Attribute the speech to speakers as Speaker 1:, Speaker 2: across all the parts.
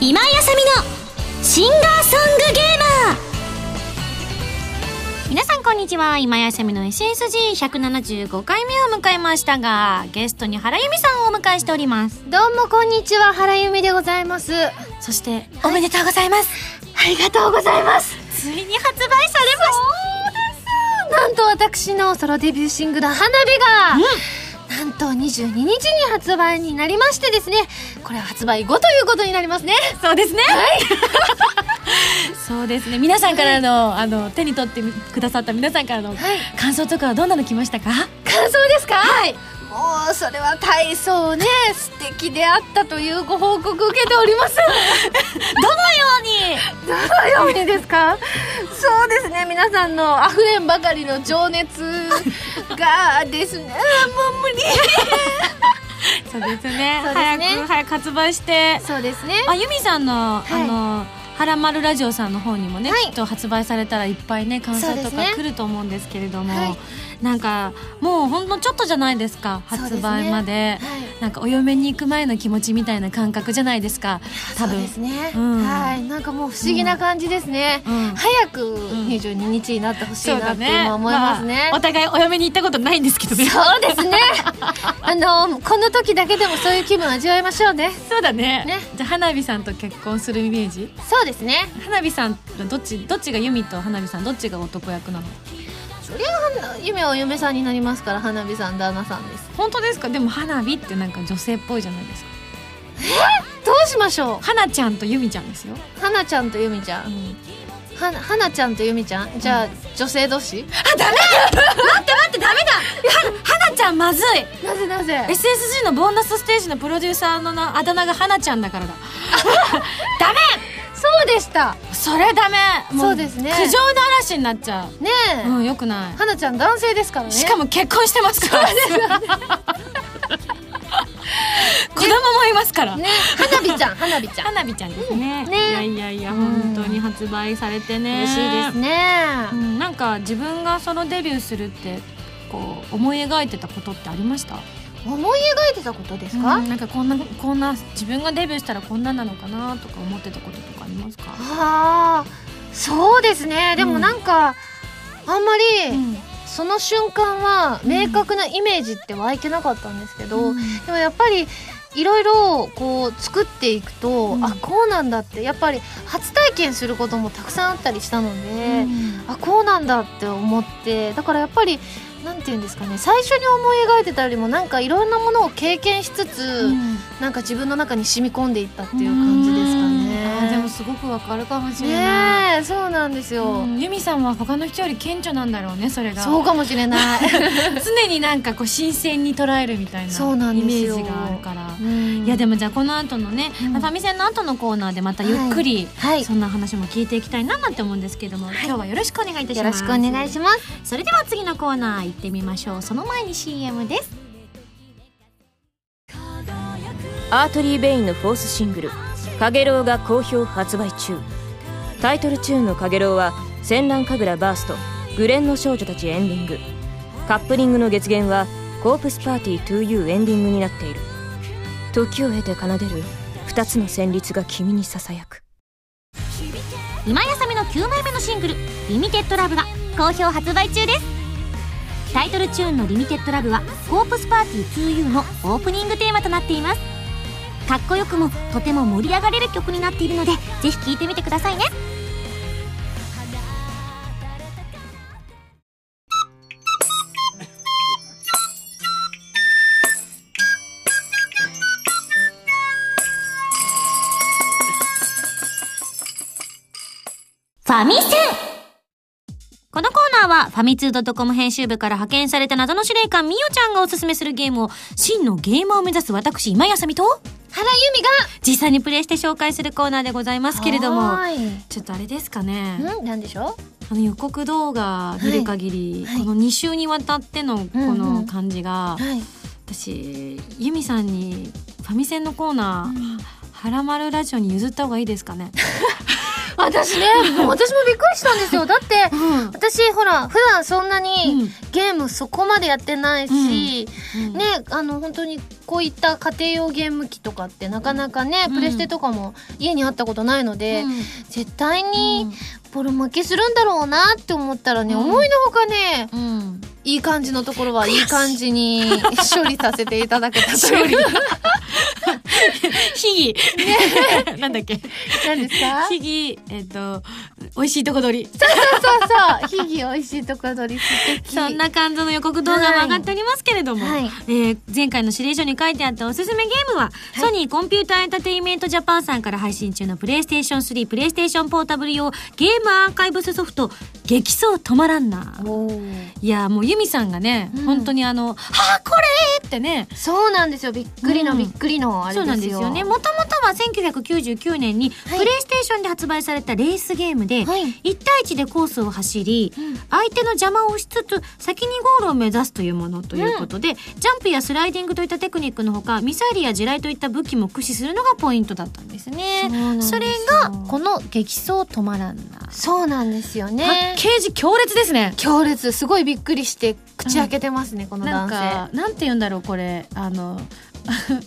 Speaker 1: 今井あさみのシンガーソングゲーマー皆さんこんにちは今井あさみの SSG175 回目を迎えましたがゲストに原由美さんをお迎えしております
Speaker 2: どうもこんにちは原由美でございます
Speaker 1: そしておめでとうございます、
Speaker 2: ありがとうございます
Speaker 1: ついに発売されました
Speaker 2: なんと私のソロデビューシングル「花火が」なんと22日に発売になりましてですねこれは発売後ということになりますね
Speaker 1: そうですね はいそうですね皆さんからの,、あの手に取ってみくださった皆さんからの
Speaker 2: はい
Speaker 1: 感想とかはどんなの来ましたか
Speaker 2: 感想ですかはいもうそれは大層ね素敵であったというご報告を受けております
Speaker 1: どのように
Speaker 2: どのようにですかそうですね皆さんのあふれんばかりの情熱がですねもう無理
Speaker 1: そうですね
Speaker 2: そうです
Speaker 1: 早
Speaker 2: ね
Speaker 1: く早く発売して
Speaker 2: そうですね
Speaker 1: あゆみさんの、
Speaker 2: はい
Speaker 1: あのはらまるラジオさんの方にもね、
Speaker 2: はい
Speaker 1: きっと発売されたらいっぱいね感想と
Speaker 2: そ
Speaker 1: か
Speaker 2: うですね
Speaker 1: 来ると思うんですけれども、
Speaker 2: はい
Speaker 1: なんかもうほんのちょっとじゃないですか発売まで
Speaker 2: はい
Speaker 1: なんかお嫁に行く前の気持ちみたいな感覚じゃないですか多
Speaker 2: そう
Speaker 1: 分
Speaker 2: ですね、
Speaker 1: うん
Speaker 2: はいなんかもう不思議な感じですね、
Speaker 1: うん
Speaker 2: 早く
Speaker 1: ん
Speaker 2: 22日になってほしい
Speaker 1: そう
Speaker 2: な
Speaker 1: だ
Speaker 2: って今思いますね,、
Speaker 1: あお互いお嫁に行ったことないんですけどね
Speaker 2: そうですねあのこの時だけでもそういう気分味わいましょうね
Speaker 1: そうだね
Speaker 2: ね
Speaker 1: じゃあ花火さんと結婚するイメージ
Speaker 2: そうですね
Speaker 1: 花火さんどっちどっちがユミと花火さんどっちが男役なの
Speaker 2: そりゃあ夢はお嫁さんになりますから花火さん旦那さんです
Speaker 1: 本当ですかでも花火ってなんか女性っぽいじゃないですか
Speaker 2: どうしましょ
Speaker 1: 花ちゃんとユミちゃんですよ、
Speaker 2: う花ちゃんと由美ちゃんは花ちゃんと由美ちゃんじゃあ、女性同士
Speaker 1: あダメ待って待ってダメだは花ちゃんまずい
Speaker 2: なぜなぜ
Speaker 1: SSG のボーナスステージのプロデューサーのなあだ名が花ちゃんだからだ ダメ
Speaker 2: そうでした
Speaker 1: それダメも
Speaker 2: そうですね
Speaker 1: 苦情の嵐になっちゃ
Speaker 2: ねえ、
Speaker 1: ううんよくない
Speaker 2: 花ちゃん男性ですからね
Speaker 1: しかも結婚してますから、 子供もいますから、
Speaker 2: ね花火ちゃん花火ちゃん
Speaker 1: 花火ちゃんですね,、
Speaker 2: うんね
Speaker 1: いやいやいや
Speaker 2: ん
Speaker 1: 本当に発売されてね
Speaker 2: 嬉しいですね、
Speaker 1: うん、なんか自分がソロデビューするってこう思い描いてたことってありました
Speaker 2: 思い描いてたことですか、
Speaker 1: うんなんかこんなこんな自分がデビューしたらこんななのかなとか思ってたこととかありますか、
Speaker 2: ああそうですねでもなんか、あんま
Speaker 1: う
Speaker 2: り
Speaker 1: ん
Speaker 2: その瞬間は明確なイメージって湧いてなかったんですけど、
Speaker 1: うん
Speaker 2: でもやっぱりいろいろこう作っていくと、
Speaker 1: うん
Speaker 2: あこうなんだってやっぱり初体験することもたくさんあったりしたので、あこうなんだって思ってだからやっぱりなんていうんですかね最初に思い描いてたよりもなんかいろんなものを経験しつつ、
Speaker 1: うん
Speaker 2: なんか自分の中に染み込んでいったっていう感じですか
Speaker 1: うんあ
Speaker 2: ね。
Speaker 1: でもすごくわかるかもしれない、
Speaker 2: ねえそうなんですよ、
Speaker 1: うんユミさんは他の人より顕著なんだろうねそれが
Speaker 2: そうかもしれない
Speaker 1: 常になんかこう新鮮に捉えるみたいな
Speaker 2: そうなん
Speaker 1: イメ
Speaker 2: です
Speaker 1: ー
Speaker 2: よ
Speaker 1: ジがあるから
Speaker 2: い
Speaker 1: いやで
Speaker 2: も
Speaker 1: もじゃあこの後のね、
Speaker 2: うん
Speaker 1: ファミセンの後のコーナーでまたゆっくり、
Speaker 2: はい
Speaker 1: そんな話も聞いていきたいななんて思うんですけども、今日はよろしくお願いいたし
Speaker 2: よ
Speaker 1: ま
Speaker 2: ろ
Speaker 1: す
Speaker 2: しくお願いします
Speaker 1: すそれでは次のコーナー行ってみましょうその前に CM です
Speaker 3: アートリー・ベインのフォースシングル「かげろう」が好評発売中タイトルチューンの「かげろう」は「戦乱神楽バースト」「グレンの少女たち」エンディングカップリングの月限は「コープスパーティー 2U」エンディングになっている時を経て奏でる2つの旋律が君にささやく
Speaker 1: 今井あさみの9枚目のシングル「リミテッドラブが好評発売中ですタイトルチューンの「リミテッドラブは「コープスパーティー 2U」のオープニングテーマとなっていますかっこよくもとても盛り上がれる曲になっているのでぜひ聴いてみてくださいねファミセンこのコーナーはファミツー .com 編集部から派遣された謎の司令官みよちゃんがおすすめするゲームを真のゲーマーを目指す私今井あさみと
Speaker 2: 原由美が
Speaker 1: 実際にプレイして紹介するコーナーでございますけれども
Speaker 2: はー
Speaker 1: ちょっとあれですかね
Speaker 2: いんなんでしょ
Speaker 1: あの予告動画見る限り、
Speaker 2: はいはい
Speaker 1: この2週にわたってのこ
Speaker 2: うんう
Speaker 1: の
Speaker 2: ん
Speaker 1: 感じが、
Speaker 2: うはい
Speaker 1: 私由美さんにファミセンのコーナー「はらまるラジオ」に譲った方がいいですかね
Speaker 2: 私ね、もう私もびっくりしたんですよ。だって、私ほら、普段そんなにゲームそこまでやってないし、ね、あの本当にこういった家庭用ゲーム機とかってなかなかね、
Speaker 4: うん
Speaker 2: プレステとかも家にあったことないので、
Speaker 4: うん
Speaker 2: 絶対にボロ負けするんだろうなって思ったらね、
Speaker 4: うん
Speaker 2: 思いのほかね、
Speaker 4: うん
Speaker 2: いい感じのところはいい感じに処理させていただけたという。
Speaker 1: ひぎ。なんだっけ。
Speaker 2: 何ですか
Speaker 1: ひぎ、えっ、と、美味しいとこ取り。
Speaker 2: そうそうそう。ひぎ美味しいとこ取り素敵。
Speaker 1: そんな感じの予告動画も上がっておりますけれども、
Speaker 2: はい
Speaker 1: えー前回の指令書に書いてあったおすすめゲームは、ソニーコンピューターエンタテインメントジャパンさんから配信中のプレイステーション3、プレイステーションポータブル用ゲームアーカイブスソフト、激走止まらんな。
Speaker 2: おー
Speaker 1: いやーもうユミさんがね、
Speaker 2: うん
Speaker 1: 本当にあの、はあこれーってね、
Speaker 2: そうなんですよ。びっくりの
Speaker 1: うん
Speaker 2: びっくりのあれ
Speaker 1: そう
Speaker 2: ですよ。
Speaker 1: なんですよね。もともとは1999年に、プ
Speaker 2: はい
Speaker 1: レイステーションで発売されたレースゲームで、
Speaker 2: はい。
Speaker 1: 1対1でコースを走り、相手の邪魔をしつつ先にゴールを目指すというものということで、ジャンプやスライディングといったテクニックのほかミサイルや地雷といった武器も駆使するのがポイントだったんですね。それがこ
Speaker 2: の
Speaker 1: の激走止まらんな。
Speaker 2: そうなんですよ
Speaker 1: パッ
Speaker 2: ね。
Speaker 1: ケージ強烈ですね。
Speaker 2: 強烈すごいびっくりして口開けてますね、この
Speaker 1: なん
Speaker 2: 男
Speaker 1: か
Speaker 2: 性。
Speaker 1: なんて言うんだろうこれあの うん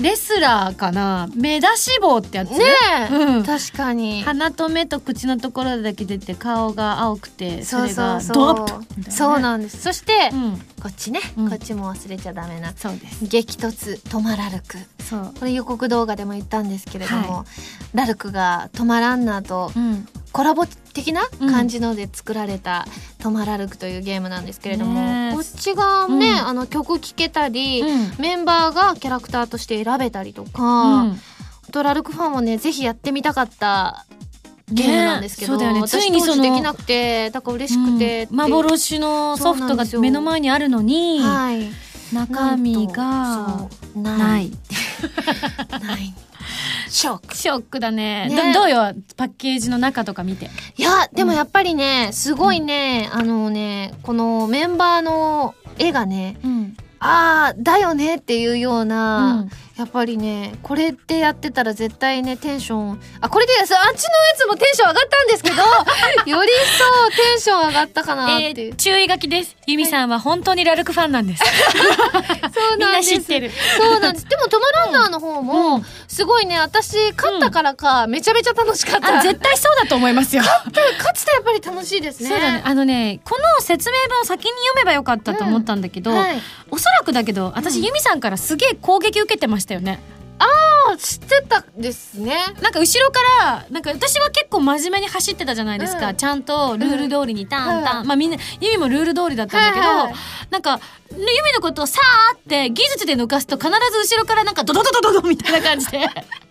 Speaker 1: レスラーかな目出し棒ってやつ
Speaker 2: ねえ、
Speaker 1: うん
Speaker 2: 確かに。
Speaker 1: 鼻と目と口のところだけ出て顔が青くてそ
Speaker 2: そう
Speaker 1: れ
Speaker 2: そ
Speaker 1: が
Speaker 2: うそう。
Speaker 1: ドアップみたいなね
Speaker 2: そうなんです。そして、
Speaker 1: うん
Speaker 2: こっちね、
Speaker 1: うん
Speaker 2: こっちも忘れちゃダメな。
Speaker 1: そうです
Speaker 2: 激突止まらるく。
Speaker 1: そう
Speaker 2: これ予告動画でも言ったんですけれども、
Speaker 1: は
Speaker 2: ラルクが止まらんなと
Speaker 1: うん
Speaker 2: コラボ的な感じので作られた「トマラルク」というゲームなんですけれども、
Speaker 1: ねえ
Speaker 2: こっちがね、
Speaker 1: うん
Speaker 2: あの曲聴けたり、
Speaker 1: うん
Speaker 2: メンバーがキャラクターとして選べたりとか、
Speaker 1: うん
Speaker 2: あとラルクファンもねぜひやってみたかったゲームなんですけど、
Speaker 1: ねえそうだよねつ
Speaker 2: 私
Speaker 1: いに
Speaker 2: 当
Speaker 1: そ
Speaker 2: 時
Speaker 1: の
Speaker 2: できなくてだから嬉しくてっていう、
Speaker 1: うん幻のソフ
Speaker 2: そ
Speaker 1: ト
Speaker 2: うな
Speaker 1: が
Speaker 2: んですよ
Speaker 1: 目の前にあるのに
Speaker 2: はい
Speaker 1: 中身
Speaker 2: なん
Speaker 1: が
Speaker 2: とそうない
Speaker 1: な
Speaker 2: ない
Speaker 1: い
Speaker 2: ショック
Speaker 1: ショックだね
Speaker 2: ね
Speaker 1: どどうよパッケージの中とか見て
Speaker 2: いやでもやっぱりねすごいね、あのねこのメンバーの絵がね
Speaker 1: うん
Speaker 2: あーだよねっていうような、
Speaker 1: うん
Speaker 2: やっぱりねこれってやってたら絶対ねテンションあこれでそうあっちのやつもテンション上がったんで すけどよりそうテンション上がったかなっ
Speaker 1: え
Speaker 2: ていう、
Speaker 1: ー注意書きですゆみさんは本当にラルクファンなんです
Speaker 2: そ
Speaker 1: み
Speaker 2: う
Speaker 1: ん
Speaker 2: なん
Speaker 1: な
Speaker 2: です
Speaker 1: 知ってる
Speaker 2: そうなんですでもトマランナーの方も、すごいね私勝ったからか、めちゃめちゃ楽しかった
Speaker 1: あ絶対そうだと思いますよ
Speaker 2: 勝つとやっぱり楽しいですね
Speaker 1: そうだねあのねこの説明文を先に読めばよかったと思ったんだけど
Speaker 2: はい
Speaker 1: おそらくだけど私ゆみさんからすげえ攻撃受けてましたよね
Speaker 2: あ知ってたですね
Speaker 1: なんか後ろからなんか私は結構真面目に走ってたじゃないですか、
Speaker 2: うん
Speaker 1: ちゃんとルール通りにターンターン、
Speaker 2: う
Speaker 1: まあみんなユミもルール通りだったんだけど、
Speaker 2: はいはい
Speaker 1: なんか、ね、ユミのことをさーって技術で抜かすと必ず後ろからなんかドドドドドドみたいな感じ で
Speaker 2: そう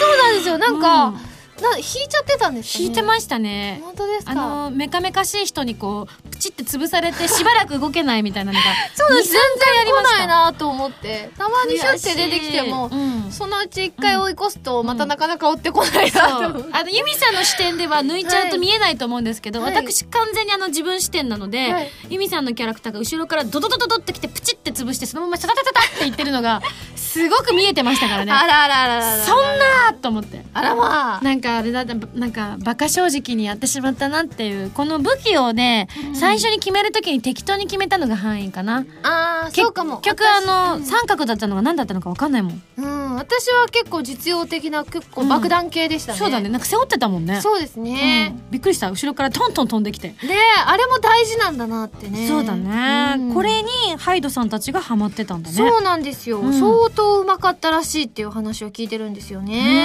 Speaker 2: なんですよなんか、
Speaker 1: うん
Speaker 2: な引いちゃってたんですかね
Speaker 1: 引いてましたね。
Speaker 2: 本当ですか
Speaker 1: あのメカメカしい人にこうプチって潰されてしばらく動けないみたいな のが
Speaker 2: そうなんです
Speaker 1: 23回あり
Speaker 2: 来
Speaker 1: まし
Speaker 2: ない
Speaker 1: た
Speaker 2: なと思ってたまにシュッて出てきても
Speaker 1: 悔しいうん
Speaker 2: そのうち一回追い越すとまたなかなか追ってこないなと思って
Speaker 1: あのユミさんの視点では抜いちゃうと見えないと思うんですけど、
Speaker 2: はい
Speaker 1: 私完全にあの自分視点なので、
Speaker 2: はい
Speaker 1: ユミさんのキャラクターが後ろからドドドドドってきてプチって潰してそのままシャタタタタっていってるの がすごく見えてましたからね
Speaker 2: あらあらあらあらあら
Speaker 1: そんなーと思って。
Speaker 2: あらまあ
Speaker 1: なんかあれだってなんかバカ正直にやってしまったなっていうこの武器をね、最初に決めるときに適当に決めたのが範囲かな
Speaker 2: あーそうかも
Speaker 1: 結局
Speaker 2: 私
Speaker 1: あの、
Speaker 2: うん
Speaker 1: 三角だったのが何だったのか分かんないもん、
Speaker 2: うん私は結構実用的な結構爆弾系でしたね
Speaker 1: そうだねなんか背負ってたもんね
Speaker 2: そうです
Speaker 1: う
Speaker 2: ね
Speaker 1: んびっくりした後ろからトントン飛んできて
Speaker 2: であれも大事なんだなってね
Speaker 1: そうだね、
Speaker 2: うん
Speaker 1: これにハイドさんたちがハマってたんだね
Speaker 2: そうなんですよ
Speaker 1: うん
Speaker 2: 相当うまかったらしいっていう話を聞いてるんですよ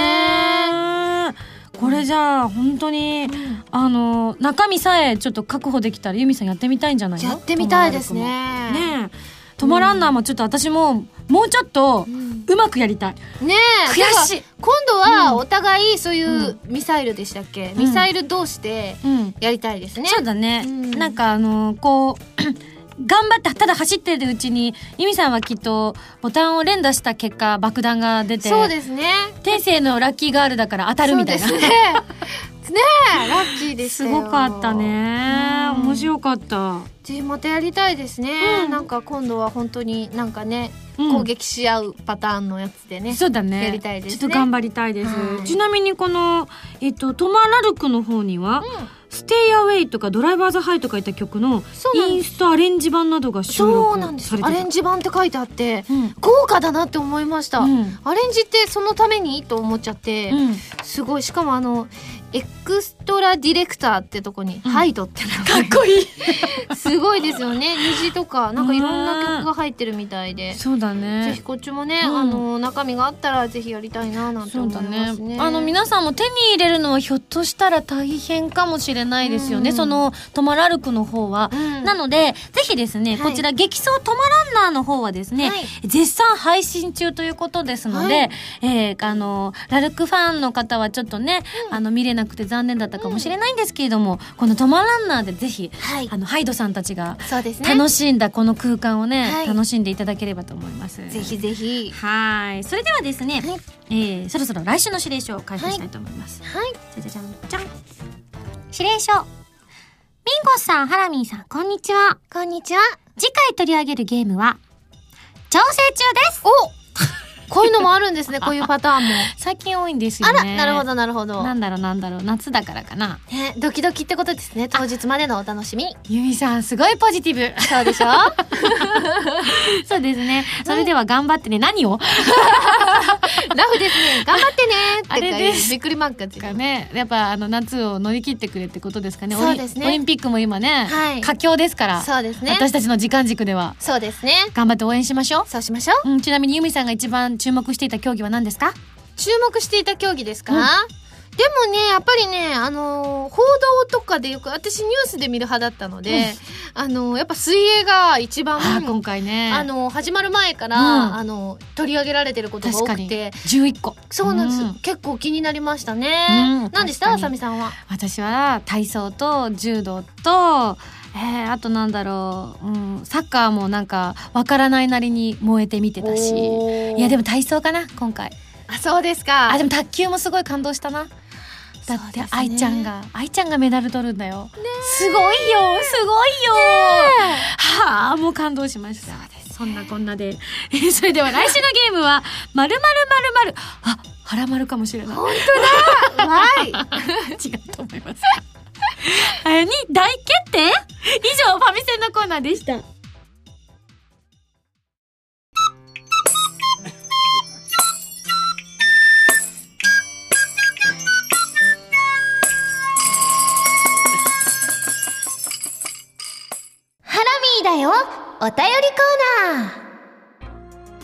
Speaker 1: ねえ
Speaker 2: ね
Speaker 1: これじゃあ本当に、あの中身さえちょっと確保できたらユミさんやってみたいんじゃないの
Speaker 2: やってみたいですね
Speaker 1: トモラルクもねえトモランナーもちょっと私ももうちょっと
Speaker 2: うん
Speaker 1: うまくやりたい、
Speaker 2: ねえ
Speaker 1: 悔しい
Speaker 2: だから今度は
Speaker 1: うん
Speaker 2: お互いそういううミサイルでしたっけ、
Speaker 1: ん
Speaker 2: ミサイル同士で
Speaker 1: うん
Speaker 2: やりたいですね、
Speaker 1: そうだね、
Speaker 2: うん
Speaker 1: なんかあのこう 頑張ってただ走ってるうちにユミさんはきっとボタンを連打した結果爆弾が出て
Speaker 2: そうですね
Speaker 1: 天性のラッキーガールだから当たるみたいな
Speaker 2: そうですねねえラッキーでし
Speaker 1: す
Speaker 2: たよ
Speaker 1: ごかったね
Speaker 2: うん
Speaker 1: 面白かった
Speaker 2: でまたやりたいですね、
Speaker 1: うん
Speaker 2: なんか今度は本当になんかね、
Speaker 1: うん
Speaker 2: 攻撃し合うパターンのやつでね
Speaker 1: そうだね
Speaker 2: やりたいですね
Speaker 1: ちょっと頑張りたいです
Speaker 2: はい
Speaker 1: ちなみにこのえっとトマ・ラルクの方には
Speaker 2: ん
Speaker 1: 「ステイ・アウェイ」とか「ドライバー・ザ・ハイ」とかいった曲の
Speaker 2: そうなん
Speaker 1: イ
Speaker 2: で
Speaker 1: ンストアレンジ版などが収
Speaker 2: そう
Speaker 1: 録
Speaker 2: なんです
Speaker 1: され
Speaker 2: よアレ
Speaker 1: て
Speaker 2: ンジ版って書いてあって
Speaker 1: たうん
Speaker 2: 豪華だなって思いました、
Speaker 1: うん
Speaker 2: アレンジってそのためにと思っちゃって、
Speaker 1: うん
Speaker 2: すごいしかもあのエクストラディレクターってとこに「ハイド」ってか
Speaker 1: っこいい
Speaker 2: すごいですよね虹とかなんかいろんな曲が入ってるみたいで、
Speaker 1: そうだ
Speaker 2: ぜ
Speaker 1: ね
Speaker 2: ひこっちもね、
Speaker 1: うん
Speaker 2: あの中身があったらぜひやりたいななんて
Speaker 1: そ
Speaker 2: 思
Speaker 1: う
Speaker 2: いま
Speaker 1: だ
Speaker 2: すね
Speaker 1: ねあの皆さんも手に入れるのはひょっとしたら大変かもしれないですよね、
Speaker 2: うん
Speaker 1: そのトマラルクの方は、
Speaker 2: うん
Speaker 1: なのでぜひですね、
Speaker 2: はい
Speaker 1: こちら激走トマランナーの方はですね、
Speaker 2: はい
Speaker 1: 絶賛配信中ということですので、
Speaker 2: は
Speaker 1: えーあのラルクファンの方はちょっとね、あの見れなくて残念だったかもしれないんですけれども、このトマランナーでぜひ、
Speaker 2: はい
Speaker 1: あのハイドさんたちが
Speaker 2: そうですね
Speaker 1: 楽しんだこの空間をね、
Speaker 2: はい
Speaker 1: 楽しんでいただければと思います。
Speaker 2: ぜひぜひ
Speaker 1: はい。それではですね、
Speaker 2: はい
Speaker 1: えーそろそろ来週の指令書を開封したいと思います。
Speaker 2: はい
Speaker 1: じゃじゃじゃんじゃん。指令書。ミンゴスさん、ハラミンさん、こんにちは。
Speaker 2: こんにちは
Speaker 1: 次回取り上げるゲームは、調整中です。
Speaker 2: おこういうのもあるんですねこういうパターン も
Speaker 1: 最近多いんです
Speaker 2: あ
Speaker 1: よね。
Speaker 2: らなるほ。どなるほど
Speaker 1: なんだろうなんだろう、夏だからかな。
Speaker 2: ねドキドキってことですね当日までのお楽しみ
Speaker 1: ユミさん、すごいポジティブ。
Speaker 2: そう でしょ
Speaker 1: そうですね。それでは頑張ってね。何を
Speaker 2: ラフですね頑張って ねってか
Speaker 1: あれです
Speaker 2: びっくりマークがついて
Speaker 1: か
Speaker 2: る
Speaker 1: ね、やっぱあの夏を乗り切ってくれってことですかね。
Speaker 2: そうです
Speaker 1: オリン
Speaker 2: ね
Speaker 1: オリンピックも今ね、
Speaker 2: はい
Speaker 1: 佳境ですから。
Speaker 2: そうですね
Speaker 1: 私たちの時間軸では
Speaker 2: そうですね
Speaker 1: 頑張って応援しましょ
Speaker 2: そうしましょう
Speaker 1: う、うん、ちなみにユミさんが一番注目していた競技は何ですか
Speaker 2: 注目していた競技ですか、でもねやっぱりねあのー報道とかでよく私ニュースで見る派だったので、あのーやっぱ水泳が一番
Speaker 1: あー今回ね
Speaker 2: あのー始まる前から、
Speaker 1: うん
Speaker 2: あのー取り上げられてることが
Speaker 1: 確
Speaker 2: 多
Speaker 1: か
Speaker 2: く
Speaker 1: に
Speaker 2: て
Speaker 1: 11個
Speaker 2: そうなんです、
Speaker 1: う
Speaker 2: 結構気になりました
Speaker 1: う
Speaker 2: ね、
Speaker 1: ん
Speaker 2: 何で
Speaker 1: 確
Speaker 2: した
Speaker 1: か
Speaker 2: あ
Speaker 1: に
Speaker 2: さみさんは
Speaker 1: 私は体操と柔道とえー、あとなんだろう、うん、サッカーもなんかわからないなりに燃えて見てたしいやでも
Speaker 2: も
Speaker 1: 体操かな今回
Speaker 2: あそうですか
Speaker 1: あでも卓球もすごい感動したなだ
Speaker 2: そう
Speaker 1: っ
Speaker 2: で
Speaker 1: て
Speaker 2: すね
Speaker 1: 愛ちゃんが愛ちゃんがメダル取るんだよすごいよすごいよはあもう感動しましたそんなこんなで それでは来週のゲームは「まるまるあ腹丸かもしれない
Speaker 2: わい
Speaker 1: 違うと思いますあれに大決定以上ファミセンのコーナーでした
Speaker 4: ハラミーだよお便りコーナー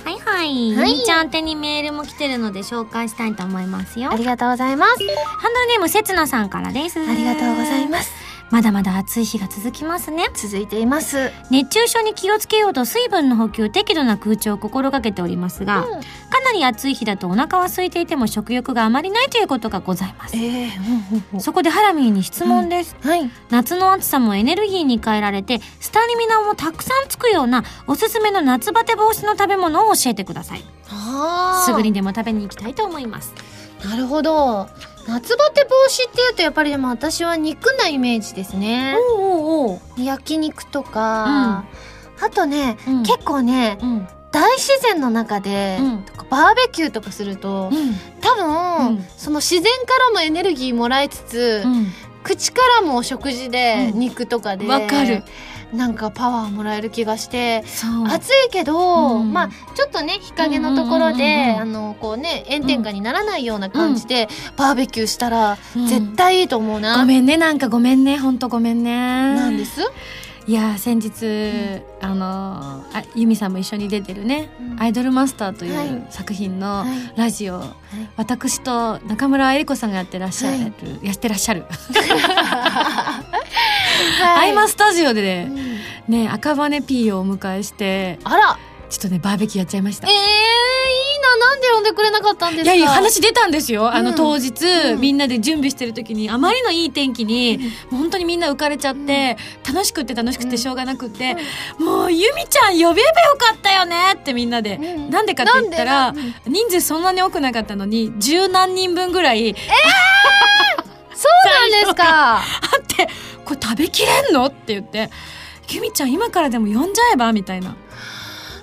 Speaker 4: はいはい、
Speaker 2: はい
Speaker 4: ゆみちゃん宛てにメールも来てるので紹介したいと思いますよ
Speaker 2: ありがとうございます
Speaker 4: ハンドルネームせつなさんからです
Speaker 2: ありがとうござい
Speaker 4: す
Speaker 2: ます
Speaker 4: まだまだ暑い日が続きますね
Speaker 2: 続いています
Speaker 4: 熱中症に気をつけようと水分の補給適度な空調を心がけておりますが、
Speaker 2: うん
Speaker 4: かなり暑い日だとお腹は空いていても食欲があまりないということがございます
Speaker 2: ええ
Speaker 4: そこでハラミーに質問です、
Speaker 2: はい
Speaker 4: 夏の暑さもエネルギーに変えられてスタミナもたくさんつくようなおすすめの夏バテ防止の食べ物を教えてください
Speaker 2: あー
Speaker 4: すぐにでも食べに行きたいと思います
Speaker 2: なるほど夏バテ防止っていうとやっぱりでも私は肉なイメージですね
Speaker 4: おうおう
Speaker 2: 焼肉とか、あとね、
Speaker 4: うん
Speaker 2: 結構ね
Speaker 4: うんうん
Speaker 2: 大自然の中で、
Speaker 4: うん
Speaker 2: とかバーベキューとかすると多分、
Speaker 4: うん
Speaker 2: その自然からもエネルギーもらいつつ、口からもお食事で、
Speaker 4: うん
Speaker 2: 肉とかで
Speaker 1: わかる
Speaker 2: なんかパワーもらえる気がして
Speaker 4: そう
Speaker 2: 暑いけど、
Speaker 4: うん
Speaker 2: まあちょっとね日陰のところで、
Speaker 4: うんうんうんうん
Speaker 2: あのこうね炎天下にならないような感じで、バーベキューしたら
Speaker 1: うん
Speaker 2: 絶対いいと思うな、
Speaker 1: ごめんねなんかごめんねほんとごめんね
Speaker 2: なんです、
Speaker 1: いやー先日、あのーあユミさんも一緒に出てるね
Speaker 2: う
Speaker 1: 「
Speaker 2: ん
Speaker 1: アイドルマスター」と
Speaker 2: はいいう
Speaker 1: 作品の
Speaker 2: はい
Speaker 1: ラジオ、私と中村愛理子さんがやってらっしゃる、やってらっしゃる、アイマ
Speaker 2: す、
Speaker 1: スタジオでね
Speaker 2: うん
Speaker 1: ね赤羽 P をお迎えして
Speaker 2: あら
Speaker 1: ちょっとねバーベキューやっちゃいました
Speaker 2: えー、いいななんで呼んでくれなかったんです
Speaker 1: い
Speaker 2: か
Speaker 1: やいや話出たんですよ、あ
Speaker 2: う
Speaker 1: の
Speaker 2: ん
Speaker 1: 当日、
Speaker 2: うん
Speaker 1: みんなで準備してる時にあまりのいい天気に、
Speaker 2: うん
Speaker 1: もう本当にみんな浮かれちゃって、楽しくって楽しく
Speaker 2: う
Speaker 1: て
Speaker 2: ん
Speaker 1: しょうがなくって、もうゆみちゃん呼べばよかったよねってみんなで、
Speaker 2: うん
Speaker 1: なんでかって言った
Speaker 2: なん
Speaker 1: ら
Speaker 2: でなん
Speaker 1: 人数そんなに多くなかったのに十何人分ぐらい
Speaker 2: そうなんですか
Speaker 1: あってこれ食べきれんのって言って「ゆみちゃん今からでも呼んじゃえば?」みたいな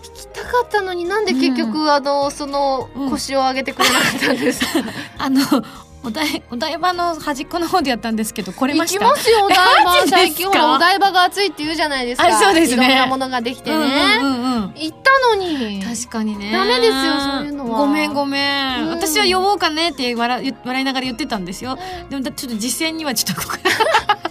Speaker 2: 聞きたかったのになんで結局、あのその
Speaker 1: うん
Speaker 2: 腰を上げてくれなかったんですか、
Speaker 1: あのお台お台場の端っこの方でやったんですけど来れ
Speaker 2: 行
Speaker 1: まし
Speaker 2: き
Speaker 1: た
Speaker 2: ます よお台場
Speaker 1: マジですか
Speaker 2: 最近ほらお台場が暑いって言うじゃないですか
Speaker 1: あそうですね
Speaker 2: いろんなものができてね、
Speaker 1: うんうんうんうん
Speaker 2: 行ったのに
Speaker 1: 確かにね
Speaker 2: ダメですよそういうのは
Speaker 1: ごめんごめん、
Speaker 2: うん
Speaker 1: 私は呼ぼうかねって笑い笑いながら言ってたんですよでもだちょっと実践にはちょっとこ こ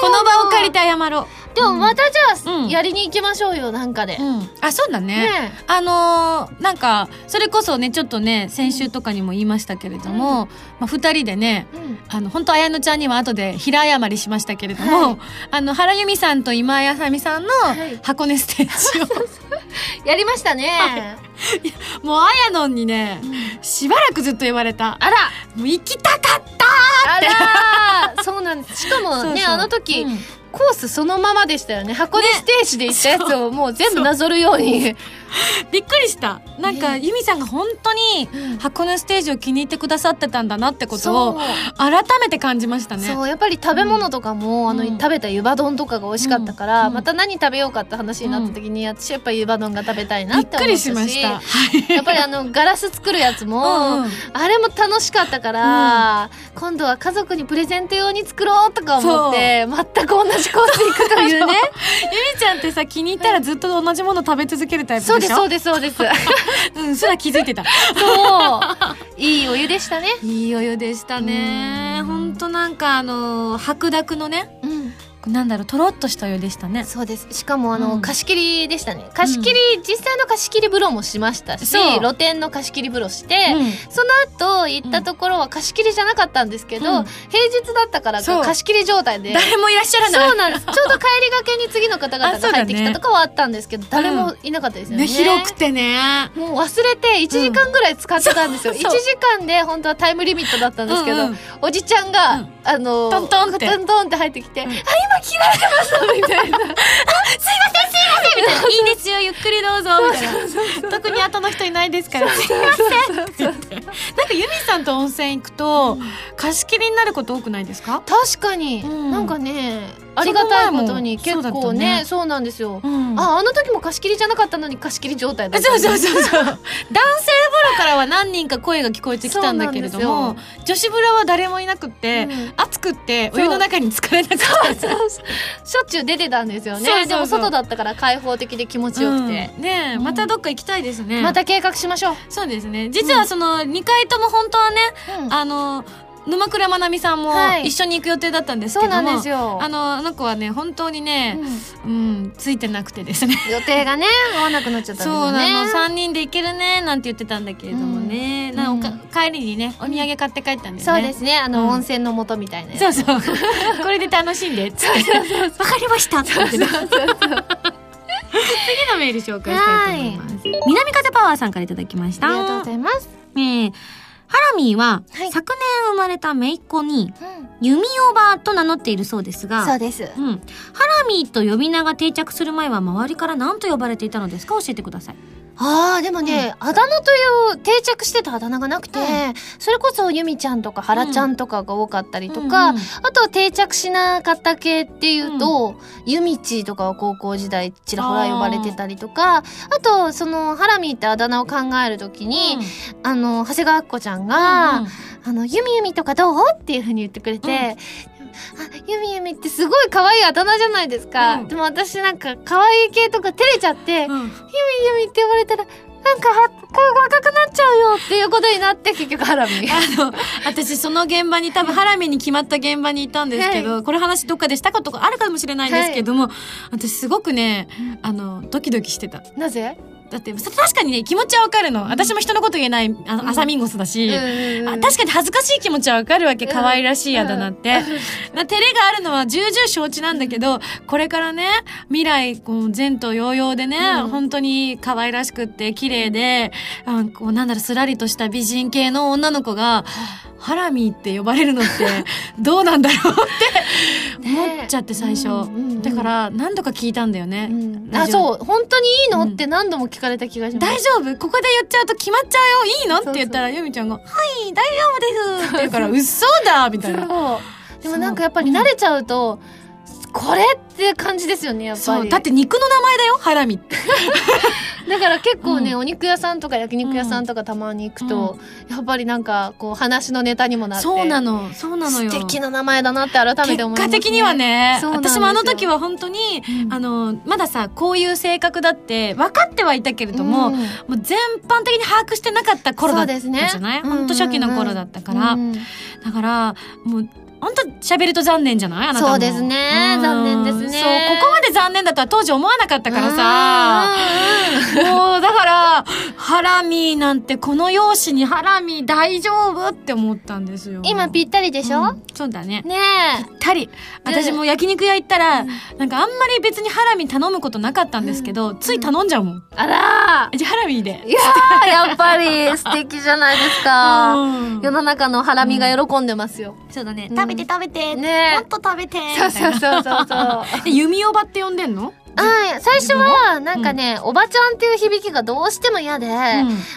Speaker 1: この場を借りて謝ろ
Speaker 2: でもまたじゃあ、
Speaker 1: うん
Speaker 2: やりに行きましょうよなんか
Speaker 1: う、
Speaker 2: で、
Speaker 1: あそうだね
Speaker 2: ね
Speaker 1: あのーなんかそれこそねちょっとね先週とかにも言いましたけれども、まあ、2人でね
Speaker 2: え、うん
Speaker 1: あの本当綾乃ちゃんには後で平謝りしましたけれども、
Speaker 2: はい
Speaker 1: あの原由美さんと今井あさみさんの
Speaker 2: い
Speaker 1: 箱根ステージを、
Speaker 2: やりましたね、
Speaker 1: もう綾乃にねしばらくずっと言われた
Speaker 2: あら
Speaker 1: もう行きたかった
Speaker 2: あらーそうなんですしかもね
Speaker 1: そうそう
Speaker 2: あの時、
Speaker 1: うん
Speaker 2: コースそのままでしたよね箱根ステージで行ったやつをもう全部なぞるよう に
Speaker 1: びっくりしたなんか由美さんが本当に箱根ステージを気に入ってくださってたんだなってことを改めて感じましたね
Speaker 2: そうやっぱり食べ物とかも、あの
Speaker 1: うん
Speaker 2: 食べた湯葉丼とかが美味しかったから、
Speaker 1: うん
Speaker 2: また何食べようかって話になった時に、私やっぱり湯葉丼が食べたいな
Speaker 1: び
Speaker 2: っ
Speaker 1: ってく
Speaker 2: 思った
Speaker 1: り
Speaker 2: し
Speaker 1: しました
Speaker 2: やっぱりあのガラス作るやつも、
Speaker 1: うんうん
Speaker 2: あれも楽しかったから、今度は家族にプレゼント用に作ろうとか思って全く同じコース行くというね
Speaker 1: ゆみちゃんってさ気に入ったらずっと同じもの食べ続けるタイプでしょ
Speaker 2: そうですそうですそうですそう
Speaker 1: うんすら気づいてた
Speaker 2: いいお湯でしたね、
Speaker 1: いいお湯でしたね
Speaker 2: うん
Speaker 1: ほんとなんかあの白濁のねなんだろうとろっとしたお湯でしたね
Speaker 2: そうですしかもあの、
Speaker 1: うん
Speaker 2: 貸し切りでしたね貸し切り、実際の貸し切り風呂もしましたし
Speaker 1: そう
Speaker 2: 露店の貸し切り風呂して、
Speaker 1: うん
Speaker 2: その後行ったところは貸し切りじゃなかったんですけど、
Speaker 1: うん
Speaker 2: 平日だったから
Speaker 1: そう
Speaker 2: 貸し切り状態で。
Speaker 1: 誰もいらっしゃらない
Speaker 2: そうなんです。ちょうど帰りがけに次の方 々
Speaker 1: あそ
Speaker 2: が
Speaker 1: うだ
Speaker 2: 入
Speaker 1: ね
Speaker 2: ってきたとかはあったんですけど、誰もいなかったですよね。
Speaker 1: ね広くてね
Speaker 2: もう忘れて1時間ぐらい使ってたんですよ。
Speaker 1: うん
Speaker 2: 1
Speaker 1: そう
Speaker 2: 時間で本当はタイムリミットだったんですけど、
Speaker 1: うんうん
Speaker 2: おじちゃんが、
Speaker 1: うん
Speaker 2: あの
Speaker 1: トントンって
Speaker 2: トントンって入ってきて、あ、今切られてますみたいな。
Speaker 1: みたいな「いいですよゆっくりどうぞ」みたいな特に後の人いないですから「すいません」って言ってなんかユミさんと温泉行くと貸し切りになること多くないですか
Speaker 2: 確かに、
Speaker 1: うん
Speaker 2: なんかね、ありがたいことに
Speaker 1: その前もそう
Speaker 2: 結構
Speaker 1: だった
Speaker 2: ね、
Speaker 1: ね
Speaker 2: そうなんですよ。
Speaker 1: うん
Speaker 2: あ、あの時も貸し切りじゃなかったのに貸し切り状態だった。
Speaker 1: そうそうそうそう男性風呂からは何人か声が聞こえてきたんだけれど
Speaker 2: そうなん
Speaker 1: も女子風呂は誰もいなくって、
Speaker 2: うん
Speaker 1: 暑くってお湯の中に浸かれなかったそうそうそう
Speaker 2: しょっちゅう出てたんですよね
Speaker 1: そうそうそう
Speaker 2: でも外だったから開放的で気持ちよくて、
Speaker 1: ねえ
Speaker 2: うん
Speaker 1: またどっか行きたいですね、
Speaker 2: また計画しましょう、
Speaker 1: そうですね実はその2回とも本当はねあの沼倉まなみさんも
Speaker 2: はい
Speaker 1: 一緒に行く予定だったんですけ
Speaker 2: そう
Speaker 1: ども、
Speaker 2: なんですよ
Speaker 1: あのあの子はね本当にね
Speaker 2: うん、
Speaker 1: うん、ついてなくてですね
Speaker 2: 予定がね合わなくなっちゃったんです
Speaker 1: そう
Speaker 2: よね
Speaker 1: なの3人で行けるねなんて言ってたんだけれどもね、
Speaker 2: うん
Speaker 1: なお
Speaker 2: う
Speaker 1: か
Speaker 2: ん
Speaker 1: 帰りにねお土産買って帰ったんだよね、
Speaker 2: そうですねあの、
Speaker 1: うん
Speaker 2: 温泉の元みたいなやつ
Speaker 1: そうそう これで楽しんでっつってわかりましたって言ってた次のメール紹介したいと思います南風パワーさんからいただきました
Speaker 2: ありがとうございます、
Speaker 1: ねえハラミーは、
Speaker 2: はい
Speaker 1: 昨年生まれた姪っ子に弓おばと名乗っているそうですが
Speaker 2: そうです
Speaker 1: うん、ハラミーと呼び名が定着する前は周りから何と呼ばれていたのですか教えてください。
Speaker 2: あーでもね、あだ名という定着してたあだ名がなくて、
Speaker 1: う
Speaker 2: それこそゆみちゃんとかはらちゃんとかが多かったりとか、
Speaker 1: うんうん
Speaker 2: あとは定着しなかった系っていうと、ユミチーとかは高校時代ちらほら呼ばれてたりとか、あとそのハラミーってあだ名を考えるときに、あの長谷川アッコちゃんが、あのユミユミとかどうっていう風に言ってくれて、
Speaker 1: うん
Speaker 2: あユミユミってすごい可愛いあだ名じゃないですか、
Speaker 1: うん
Speaker 2: でも私なんか可愛い系とか照れちゃって、ユ
Speaker 1: う
Speaker 2: ミ
Speaker 1: んうん
Speaker 2: ユミって呼ばれたらなんかは顔が赤くなっちゃうよっていうことになって結局ハラミー。
Speaker 1: あの私その現場に多分ハラミーに決まった現場にいたんですけど、これ話どっかでしたことがあるかもしれないんですけども、私すごくねあのドキドキしてた
Speaker 2: なぜ、
Speaker 1: だってそ確かにね気持ちはわかるの私も人のこと言えないあの
Speaker 2: うん
Speaker 1: 朝ミンゴスだし、
Speaker 2: うん
Speaker 1: あ確かに恥ずかしい気持ちはわかるわけ
Speaker 2: うん
Speaker 1: 可愛らしいあだ名って、な照れがあるのは重々承知なんだけどこれからね未来こう前途洋々でね、
Speaker 2: うん
Speaker 1: 本当に可愛らしくって綺麗であこうなんだろうすらりとした美人系の女の子がハラミって呼ばれるのって どうなんだろうって思 っちゃって最初、
Speaker 2: うんうんうん
Speaker 1: だから何度か聞いたんだよね、
Speaker 2: うん
Speaker 1: ラ
Speaker 2: あ
Speaker 1: ジオ
Speaker 2: そう本当にいいの、
Speaker 1: うん
Speaker 2: って何度も聞かれた気がします
Speaker 1: 大丈夫ここで言っちゃうと決まっちゃうよいいのっ
Speaker 2: そうそう
Speaker 1: て言ったらゆみちゃんが「はい大丈夫です」って言うから「嘘だ!」みたいな
Speaker 2: そうでもなんかやっぱり慣れちゃうと、これって感じですよねやっぱ
Speaker 1: そう
Speaker 2: り
Speaker 1: だって肉の名前だよハラミって
Speaker 2: だから結構ね、
Speaker 1: う
Speaker 2: お肉屋さんとか焼肉屋さんとかたまに行くと、やっぱりなんかこう話のネタにもなって
Speaker 1: そうなのそうなのよ
Speaker 2: 素敵な名前だなって改めて思います、
Speaker 1: 結果的にはね
Speaker 2: そうなんです
Speaker 1: 私
Speaker 2: よ
Speaker 1: もあの時は本当に、あのまださこういう性格だって分かってはいたけれども、
Speaker 2: うん
Speaker 1: もう全般的に把握してなかった頃だった
Speaker 2: そうで
Speaker 1: じゃ
Speaker 2: すね
Speaker 1: ない、
Speaker 2: うんうんうん
Speaker 1: 本当初期の頃だったから、
Speaker 2: うん
Speaker 1: だからもう本当喋ると残念じゃないあなたも
Speaker 2: そうですね
Speaker 1: うん
Speaker 2: 残念ですね
Speaker 1: そうここまで残念だとは当時思わなかったからさ
Speaker 2: うん
Speaker 1: もうだからハラミなんてこの容姿にハラミ大丈夫って思ったんですよ
Speaker 2: 今ぴったりでしょ、
Speaker 1: うんそうだね
Speaker 2: ね
Speaker 1: ぴったり私も焼肉屋行ったら、なんかあんまり別にハラミ頼むことなかったんですけど、つい頼んじゃうもん
Speaker 2: えあら
Speaker 1: じゃあハラミで
Speaker 2: ーいやーやっぱり素敵じゃないですか
Speaker 1: うん
Speaker 2: 世の中のハラミが喜んでますよ、
Speaker 4: そうだね
Speaker 2: うん
Speaker 4: 食べて食べて、
Speaker 2: ねえ
Speaker 4: もっと食べて
Speaker 2: そうそうそう そうそう
Speaker 1: で弓おばって呼んでんの、
Speaker 2: はい、最初は、なんかね、おばちゃんっていう響きがどうしても嫌で、
Speaker 1: うん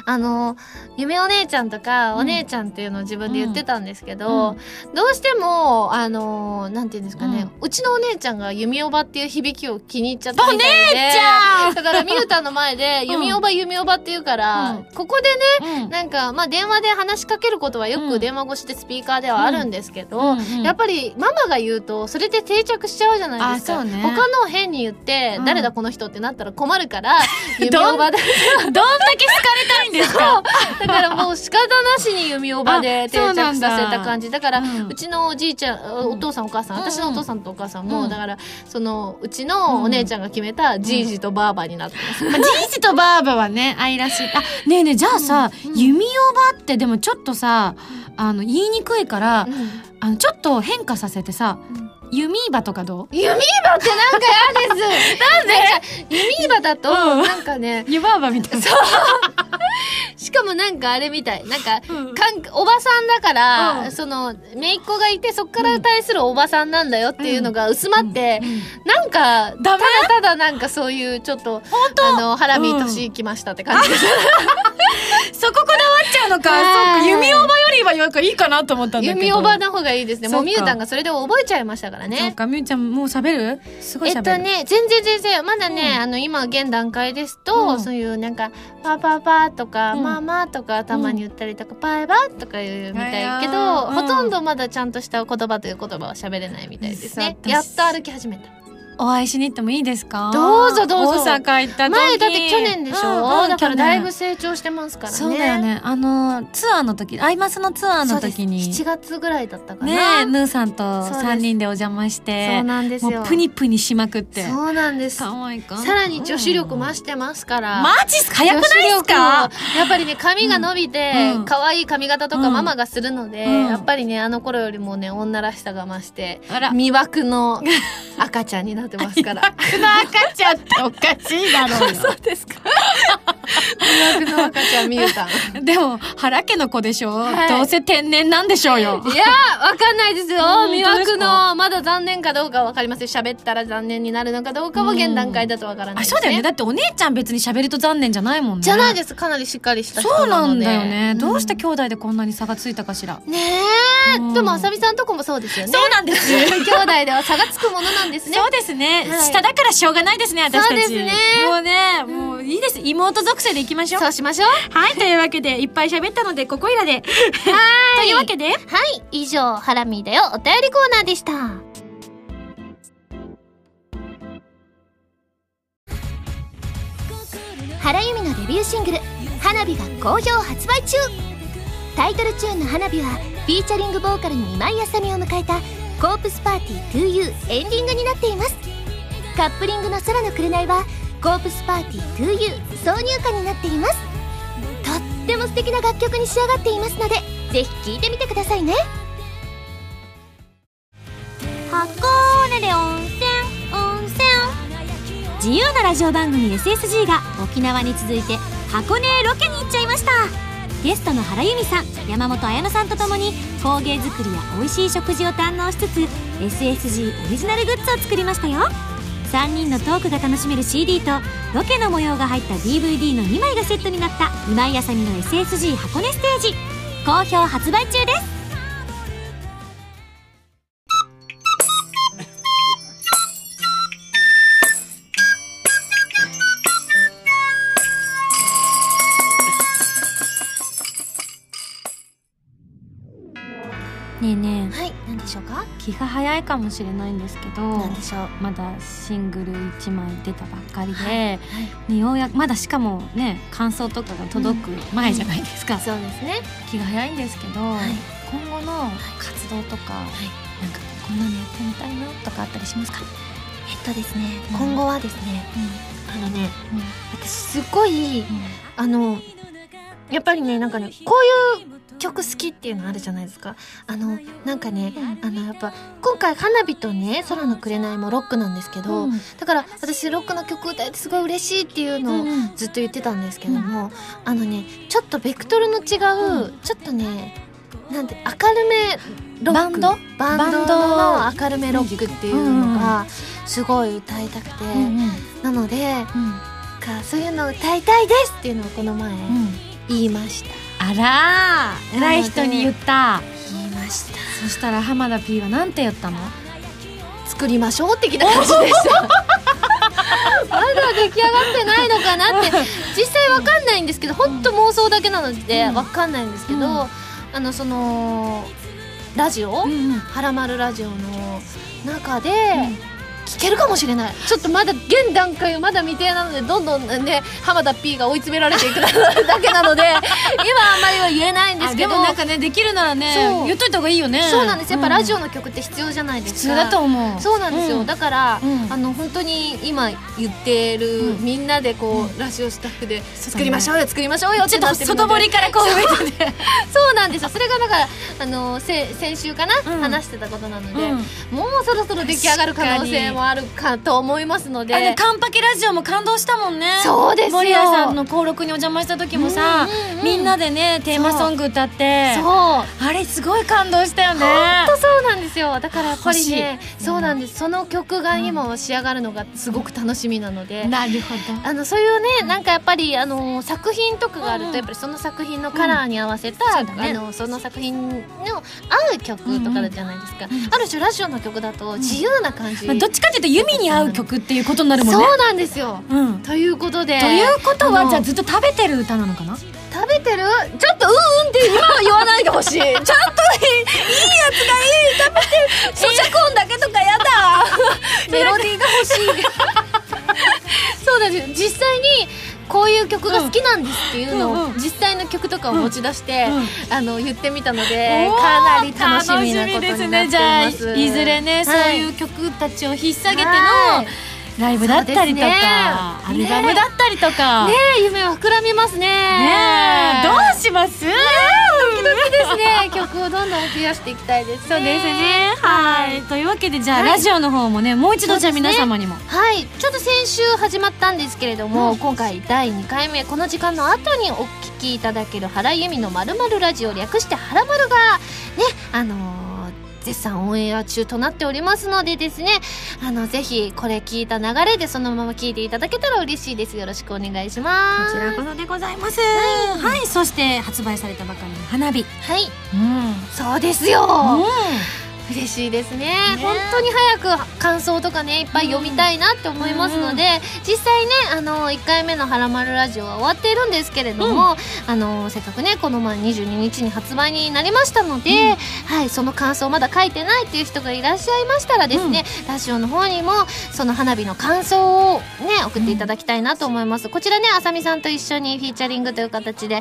Speaker 2: あの、夢お姉ちゃんとか、
Speaker 1: うん
Speaker 2: お姉ちゃんっていうのを自分で言ってたんですけど、どうしても、あの、なんていうんですかね、うちのお姉ちゃんが弓おばっていう響きを気に入っちゃったみたいで。お姉
Speaker 1: ちゃん
Speaker 2: だから、みゆたの前で、
Speaker 1: ん
Speaker 2: 弓おば、弓おばって言うから、
Speaker 1: うん
Speaker 2: ここでね、
Speaker 1: うん
Speaker 2: なんか、まあ、電話で話しかけることはよ
Speaker 1: う
Speaker 2: く
Speaker 1: ん
Speaker 2: 電話越しでスピーカーではあるんですけど、
Speaker 1: うんうん
Speaker 2: やっぱりママが言うとそれで定着しちゃうじゃないですか。
Speaker 1: あそうね
Speaker 2: 他の変に言って、
Speaker 1: うん
Speaker 2: 誰だこの人ってなったら困るから、 弓おばで、
Speaker 1: どん だけ好かれたいんですか
Speaker 2: だからもう仕方なしに弓おばで
Speaker 1: あ
Speaker 2: 定着させ
Speaker 1: そうなん
Speaker 2: た
Speaker 1: だ
Speaker 2: 感じ。だから、
Speaker 1: うん
Speaker 2: うちのおじいちゃん、お父さんお母さん、
Speaker 1: うん
Speaker 2: 私のお父さんとお母さんも、
Speaker 1: うん
Speaker 2: だから、その、うちのお姉ちゃんが決めたじいじとばあばになってます。
Speaker 1: まあ、じいじとばあばはね愛らしいあねえねえじゃあさ、弓おばってでもちょっとさあの言いにくいから、あのちょっと変化させてさ、弓ばとかどう
Speaker 2: 弓ばってなんか 嫌です。なんで弓ばだと、
Speaker 1: うん
Speaker 2: なんかね、
Speaker 1: 湯ばあばみたいな
Speaker 2: しかもなんかあれみたい。なんか、
Speaker 1: うん
Speaker 2: かんおばさんだから、
Speaker 1: うん
Speaker 2: その姪っ子がいてそっから対するおばさんなんだよっていうのが薄まって、なん
Speaker 1: ダ
Speaker 2: かた
Speaker 1: メ
Speaker 2: だただなんかそういうちょっとあのハラミ年来ましたって感じです、
Speaker 1: そここだわっちゃうのかそ
Speaker 2: はい
Speaker 1: っか弓おばよりはなんかいいかなと思ったんだけど
Speaker 2: 弓おばの方がいいですねも
Speaker 1: そううか
Speaker 2: みゆたんがそれで覚えちゃいましたから
Speaker 1: ねそう
Speaker 2: ね
Speaker 1: かみゆちゃんもう喋るすごい
Speaker 2: え
Speaker 1: 喋る
Speaker 2: っとね全然全然まだね、
Speaker 1: うん
Speaker 2: あの今現段階ですと、
Speaker 1: うん
Speaker 2: そういうなんかパパパとか、
Speaker 1: うん
Speaker 2: ママとかたまに言ったりとか、バイバイとか言うみたいけど、
Speaker 1: うん
Speaker 2: ほとんどまだちゃんとした言葉という言葉は喋れないみたいですね
Speaker 1: そう
Speaker 2: やっと歩き始めた
Speaker 1: お会いしに行ってもいいですか
Speaker 2: どうぞどうぞ
Speaker 1: 大阪行った時
Speaker 2: 前だって去年でしょ、
Speaker 1: うんうん
Speaker 2: だ
Speaker 1: 去
Speaker 2: から
Speaker 1: 年
Speaker 2: だいぶ成長してますからね
Speaker 1: そうだよねあのツアーの時アイマスのツアー
Speaker 2: そ
Speaker 1: の
Speaker 2: うです
Speaker 1: 時に
Speaker 2: 7月ぐらいだったか
Speaker 1: ね
Speaker 2: な
Speaker 1: えヌーさんと
Speaker 2: そうです
Speaker 1: 3人でお邪魔し
Speaker 2: そう
Speaker 1: て
Speaker 2: なんです
Speaker 1: も
Speaker 2: よ
Speaker 1: うプニプニしまくって
Speaker 2: そうなんですさ
Speaker 1: 可愛いか
Speaker 2: らに女子力増
Speaker 1: し
Speaker 2: してますから、
Speaker 1: マジっすか早くないっすか
Speaker 2: 女子力もやっぱりね髪が伸びて
Speaker 1: うんうん
Speaker 2: 可愛、い髪型とかママがするので、
Speaker 1: うん
Speaker 2: やっぱりねあの頃よりもね女らしさが増して
Speaker 1: あら
Speaker 2: 魅惑の赤ちゃんになってますから
Speaker 1: の赤ちゃんっておかしいだろうよ
Speaker 2: ですか魅惑の赤ちゃんみゆさん
Speaker 1: でも原家の子でしょ、
Speaker 2: はい
Speaker 1: どうせ天然なんでしょうよ
Speaker 2: いやー、わかんないですよ。
Speaker 1: 本当で
Speaker 2: 魅
Speaker 1: すか
Speaker 2: 惑の、まだ残念かどうかわかりません。喋ったら残念になるのかどうかは現段階だとわからない
Speaker 1: あ
Speaker 2: です、
Speaker 1: そうだよねだってお姉ちゃん別に喋ると残念じゃないもんね
Speaker 2: じゃない
Speaker 1: で
Speaker 2: です。かなりしっかりした人
Speaker 1: そう
Speaker 2: な
Speaker 1: な
Speaker 2: の
Speaker 1: ん
Speaker 2: で。
Speaker 1: だよね、どうして
Speaker 2: ん
Speaker 1: 兄弟でこんなに差がついたかしら
Speaker 2: ねえ、
Speaker 1: うん
Speaker 2: でもあさみさんとこもそうですよね。
Speaker 1: うなんです
Speaker 2: 兄弟では差がつくものなんですね。
Speaker 1: そうですね、
Speaker 2: はい
Speaker 1: 下だからしょうがないですね私たち
Speaker 2: そうですね
Speaker 1: もうねもういいです妹属性でいきましょう
Speaker 2: そうしましょう。
Speaker 1: はいというわけでいっぱい喋ったのでここいらでというわけで
Speaker 2: はい、以上、ハラミーだよ、お便りコーナーでした。
Speaker 4: 原由美のデビューシングル「花火」が好評発売中タイトルチューンの「花火」はフィーチャリングボーカルに今井あさみを迎えた「コープスパーティー 2U」エンディングになっていますカップリングの「空の紅」は「コープスパーティー 2U」挿入歌になっていますとっても素敵な楽曲に仕上がっていますのでぜひ聴いてみてくださいね箱根で温泉温泉自由なラジオ番組 SSG が沖縄に続いて箱根へロケに行っちゃいましたゲストの原由美さん山本彩乃さんとともに工芸作りや美味しい食事を堪能しつつ SSG オリジナルグッズを作りましたよ3人のトークが楽しめる CD とロケの模様が入った DVD の2枚がセットになった今井あさみの SSG 箱根ステージ好評発売中ですねえね
Speaker 2: はい何でしょうか
Speaker 4: え気が早いかもしれないんですけど
Speaker 2: 何でしょう
Speaker 4: まだシングル1枚出たばっかりで、
Speaker 2: は
Speaker 4: ねようやくまだしかもね感想とかが届く前じゃないですか、
Speaker 2: そうですね
Speaker 4: 気が早いんですけど、
Speaker 2: い
Speaker 4: 今後の活動とか、なんかこんなのやってみたいなとかあったりしますか、
Speaker 2: えっとですね
Speaker 4: うん
Speaker 2: 今後はですねあのね
Speaker 4: うん
Speaker 2: 私すごいあのやっぱりねなんかねこういう曲好きっていうのあるじゃないですかあのなんかねあのやっぱ今回「花火」とね「空の紅」もロックなんですけど、だから私ロックの曲歌えてすごい嬉しいっていうのをずっと言ってたんですけども、あのねちょっとベクトルの違う、ちょっとねなんて明るめロック
Speaker 4: バンド
Speaker 2: バンドの
Speaker 4: バ
Speaker 2: 明るめロックっていうのがすごい歌いたくて、なのでかそういうのを歌いたいですっていうのをこの前言いました、
Speaker 4: あらー偉い人に言った
Speaker 2: 言いました
Speaker 4: そしたら浜田 P はなんて言ったの
Speaker 2: 作りましょう的な感じでしたまだ出来上がってないのかなって実際わかんないんですけど本当妄想だけなのでわかんないんですけど、
Speaker 4: うん
Speaker 2: あのそのラジオ、
Speaker 4: んうん
Speaker 2: はらまるラジオの中で、聞けるかもしれないちょっとまだ現段階はまだ未定なのでどんどんね浜田 P が追い詰められていくだけな ので今あんまりは言えないんですけど
Speaker 4: かねできるなら
Speaker 2: そう
Speaker 4: っといた方がいいよね
Speaker 2: そうなんですやっぱラジ
Speaker 4: オ
Speaker 2: オの曲って必要じゃないですか
Speaker 4: 普通だと思う
Speaker 2: そうなんですよ、
Speaker 4: うん
Speaker 2: だから、
Speaker 4: うん
Speaker 2: あの本当に今言ってる、みんなでこう、ラジオスタッフで作りましょうよ作りましょうよってなって るので
Speaker 4: からこう
Speaker 2: そうそうなんですよそれがだからあのせ先週かな、
Speaker 4: うん
Speaker 2: 話してたことなので、
Speaker 4: うん
Speaker 2: もうそろそろ出来上がる可能性もあるかと思いますので
Speaker 4: あれカンパケラジオも感動したもんね
Speaker 2: そうですよ
Speaker 4: 森谷さんの登録にお邪魔した時もさ、
Speaker 2: うんうんうん
Speaker 4: みんなでねテーマソング歌って
Speaker 2: そう本
Speaker 4: あれすごい感動したよね
Speaker 2: 当そうなんですよだからやっぱりね
Speaker 4: 欲しい
Speaker 2: そうなんですその曲が今仕上がるのがすごく楽しみなので、
Speaker 4: なるほ
Speaker 2: あのそういうねなんかやっぱりあの作品とかがある
Speaker 4: うんう
Speaker 2: と
Speaker 4: ん
Speaker 2: やっぱりその作品のカラーに合わせた、
Speaker 4: うんそうだね
Speaker 2: あのその作品の合う曲とかじゃないですか、
Speaker 4: んうん
Speaker 2: ある種ラジオの曲だと自由な感じ、
Speaker 4: まあ、どっちかっていうと弓に合う曲っていうことになるもんね
Speaker 2: そうなんですよ
Speaker 4: うん
Speaker 2: ということで
Speaker 4: ということ
Speaker 2: あ
Speaker 4: は
Speaker 2: の
Speaker 4: じゃあずっと食べてる歌なのかな
Speaker 2: 食べてるちょっとうんうんって今は言わないでほ しいちゃんといいいいやつが いい食べて咀嚼音だけとかやだ メロディーが欲しい そうなんですよ実際にこういう曲が好きなんですっていうのを、
Speaker 4: うんうんうん
Speaker 2: 実際の曲とかを持ち出して、
Speaker 4: うんうん
Speaker 2: あの言ってみたので
Speaker 4: おー
Speaker 2: かなり楽しみなこと
Speaker 4: 楽しみです
Speaker 2: になって
Speaker 4: ね
Speaker 2: い
Speaker 4: じゃあ
Speaker 2: ま
Speaker 4: い
Speaker 2: す
Speaker 4: ずれね、そういうう曲たちを引っ提げての
Speaker 2: はい
Speaker 4: ライブだったりとか、
Speaker 2: そ
Speaker 4: ア
Speaker 2: うで
Speaker 4: ル
Speaker 2: すね
Speaker 4: バムだったりとか
Speaker 2: ねえ夢は膨らみますね
Speaker 4: ねえどうします、
Speaker 2: ですね曲をどんどん増やしていきたいですね
Speaker 4: そうですね。はい。というわけで、じゃあ、
Speaker 2: はい
Speaker 4: ラジオの方もね、もう一度じゃあ
Speaker 2: そうですね
Speaker 4: 皆様にも。
Speaker 2: はいちょっと先週始まったんですけれども、今回第2回目この時間の後にお聞きいただける原由美のまるまるラジオ略して「はらまる」がねあのー絶賛オンエア中となっておりますのでですねあのぜひこれ聞いた流れでそのまま聞いていただけたら嬉しいですよろしくお願いしますは
Speaker 4: こそでございます。はい。そして、発売されたばかりの花火。
Speaker 2: い
Speaker 4: うん。
Speaker 2: そうですよ、
Speaker 4: う
Speaker 2: 嬉しいですね
Speaker 4: ね
Speaker 2: 本当に早く感想とかねいっぱい読みたいなって思いますので、実際ねあの1回目の「はらまるラジオ」は終わっているんですけれども、あのせっかくねこの前22日に発売になりましたので、はい、その感想まだ書いてないっていう人がいらっしゃいましたらですね、ラジオの方にもその花火の感想をね送っていただきたいなと思います、こちらねあさみさんと一緒にフィーチャリングという形で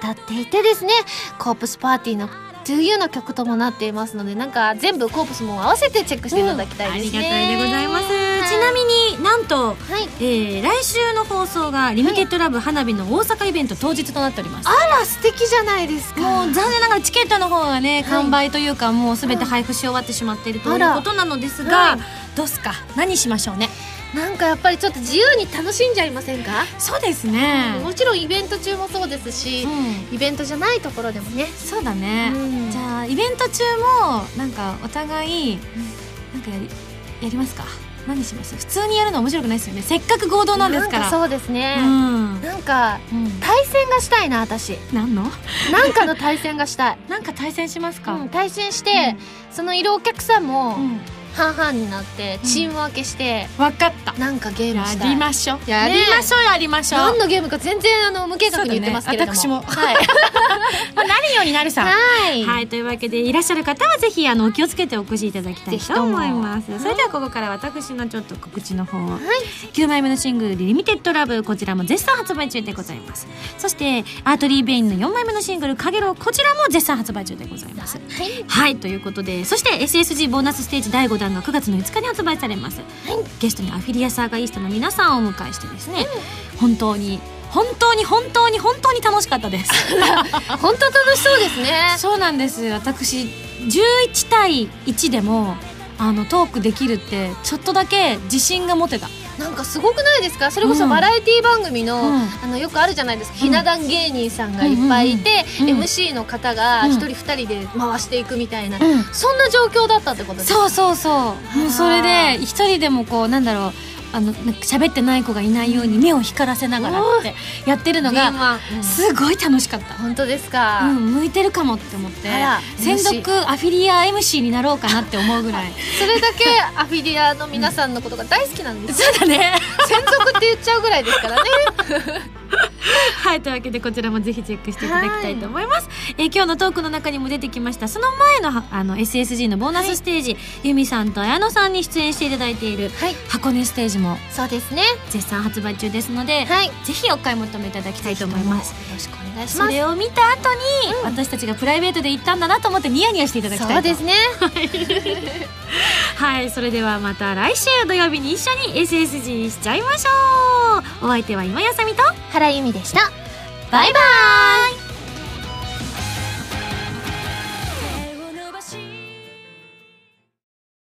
Speaker 2: 歌っていてですねコープスパーティーの 2U の曲ともなっていますのでなんか全部コープスも合わせてチェックしていただきた
Speaker 4: あ
Speaker 2: いで
Speaker 4: り
Speaker 2: すね、
Speaker 4: がたいでございます。
Speaker 2: はい
Speaker 4: ちなみになんと、
Speaker 2: はい
Speaker 4: えー、来週の放送が、リミテッドラブ花火の大阪イベント当日となっております。
Speaker 2: あら素敵じゃないです
Speaker 4: もう残念ながらチケットの方はね、
Speaker 2: い
Speaker 4: 完売というかもうすべて配布し終わってしまっているとい
Speaker 2: あ
Speaker 4: う
Speaker 2: ら
Speaker 4: ことなのです
Speaker 2: は
Speaker 4: が、どうすか何しましょうね
Speaker 2: なんかやっぱりちょっと自由に楽しんじゃいませんか、
Speaker 4: そうですね
Speaker 2: もちろんイベント中もそうですし、イベントじゃないところでもね、
Speaker 4: そうだね、
Speaker 2: うん
Speaker 4: じゃあイベント中もなんかお互いなんかやりやりますか何します普通にやるの面白くないですよねせっかく合同なんですから
Speaker 2: そうですね、
Speaker 4: うん
Speaker 2: なんか
Speaker 4: うん
Speaker 2: 対戦がしたいな 私
Speaker 4: 何の
Speaker 2: なんかの対戦がしたい、
Speaker 4: なんか対戦しますか、
Speaker 2: うん対戦して、そのいるお客さんも
Speaker 4: うん
Speaker 2: 半々になってチーム分けして、
Speaker 4: わかった
Speaker 2: なんかゲーム
Speaker 4: や
Speaker 2: したい
Speaker 4: りましょうやりましょうやりましょう、
Speaker 2: 何のゲームか全然あの無計画に言ってますけれども、
Speaker 4: そうだね私
Speaker 2: はい、
Speaker 4: まあなるようになるさ
Speaker 2: はい
Speaker 4: はい、というわけでいらっしゃる方はぜひあのお気をつけてお越しいただきたい
Speaker 2: ぜひ
Speaker 4: と
Speaker 2: とも
Speaker 4: 思います。それではここから私のちょっと告知の方を、9枚目のシングル「リミテッドラブこちらも絶賛発売中でございます。そしてアートリー・ベインの4枚目のシングル「かげろう」こちらも絶賛発売中でございます。はいということでそして SSG ボーナスステージ第5弾が9月の5日に発売されます、ゲストにアフィリアサーガイーストの皆さんをお迎えしてですね、本当に本当に本当に本当に楽しかったです
Speaker 2: 本当楽しそうですね
Speaker 4: そうなんです私11対1でもあのトークできるってちょっとだけ自信が持てた
Speaker 2: なんかすごくないですかそれこそ
Speaker 4: うん
Speaker 2: バラエティ番組の,、
Speaker 4: うん
Speaker 2: あのよくあるじゃないですか、ひな壇芸人さんがいっぱいいて、
Speaker 4: うんうんうん
Speaker 2: MC の方が
Speaker 4: うん
Speaker 2: 一人二人で回していくみたいな、
Speaker 4: うん
Speaker 2: そんな状況だったってことです
Speaker 4: そうそうそうもうそれ
Speaker 2: あ
Speaker 4: で一人でもこうなんだろうあのなんか喋ってない子がいないように目を光らせながらってやってるの
Speaker 2: 敏
Speaker 4: が
Speaker 2: 腕
Speaker 4: すごい楽しかった、
Speaker 2: 本当ですか、
Speaker 4: うん、向いてるかもって思って
Speaker 2: あら
Speaker 4: 専属アフィリア MC になろうかなって思うぐらい
Speaker 2: それだけアフィリアの皆さんのことが大好きなんです、
Speaker 4: そうだね
Speaker 2: 専属って言っちゃうぐらいですからね
Speaker 4: はいというわけでこちらもぜひチェックしていただきたいと思います、えー今日のトークの中にも出てきましたその前のはあの SSG のボーナスステージ、由美さんと綾乃さんに出演していただいている
Speaker 2: はい
Speaker 4: 箱根ステージも
Speaker 2: そうですね
Speaker 4: 絶賛発売中ですので、
Speaker 2: はい
Speaker 4: ぜひお買い求めいただきたいと思います
Speaker 2: よろしくお願いし
Speaker 4: そ
Speaker 2: ます
Speaker 4: れを見た後に、私たちがプライベートで行ったんだなと思ってニヤニヤしていただきたいと
Speaker 2: そうですね
Speaker 4: はいそれではまた来週土曜日に一緒に SSG しちゃいましょうお相手は今やさみと
Speaker 2: 原由美でした
Speaker 4: バイバイ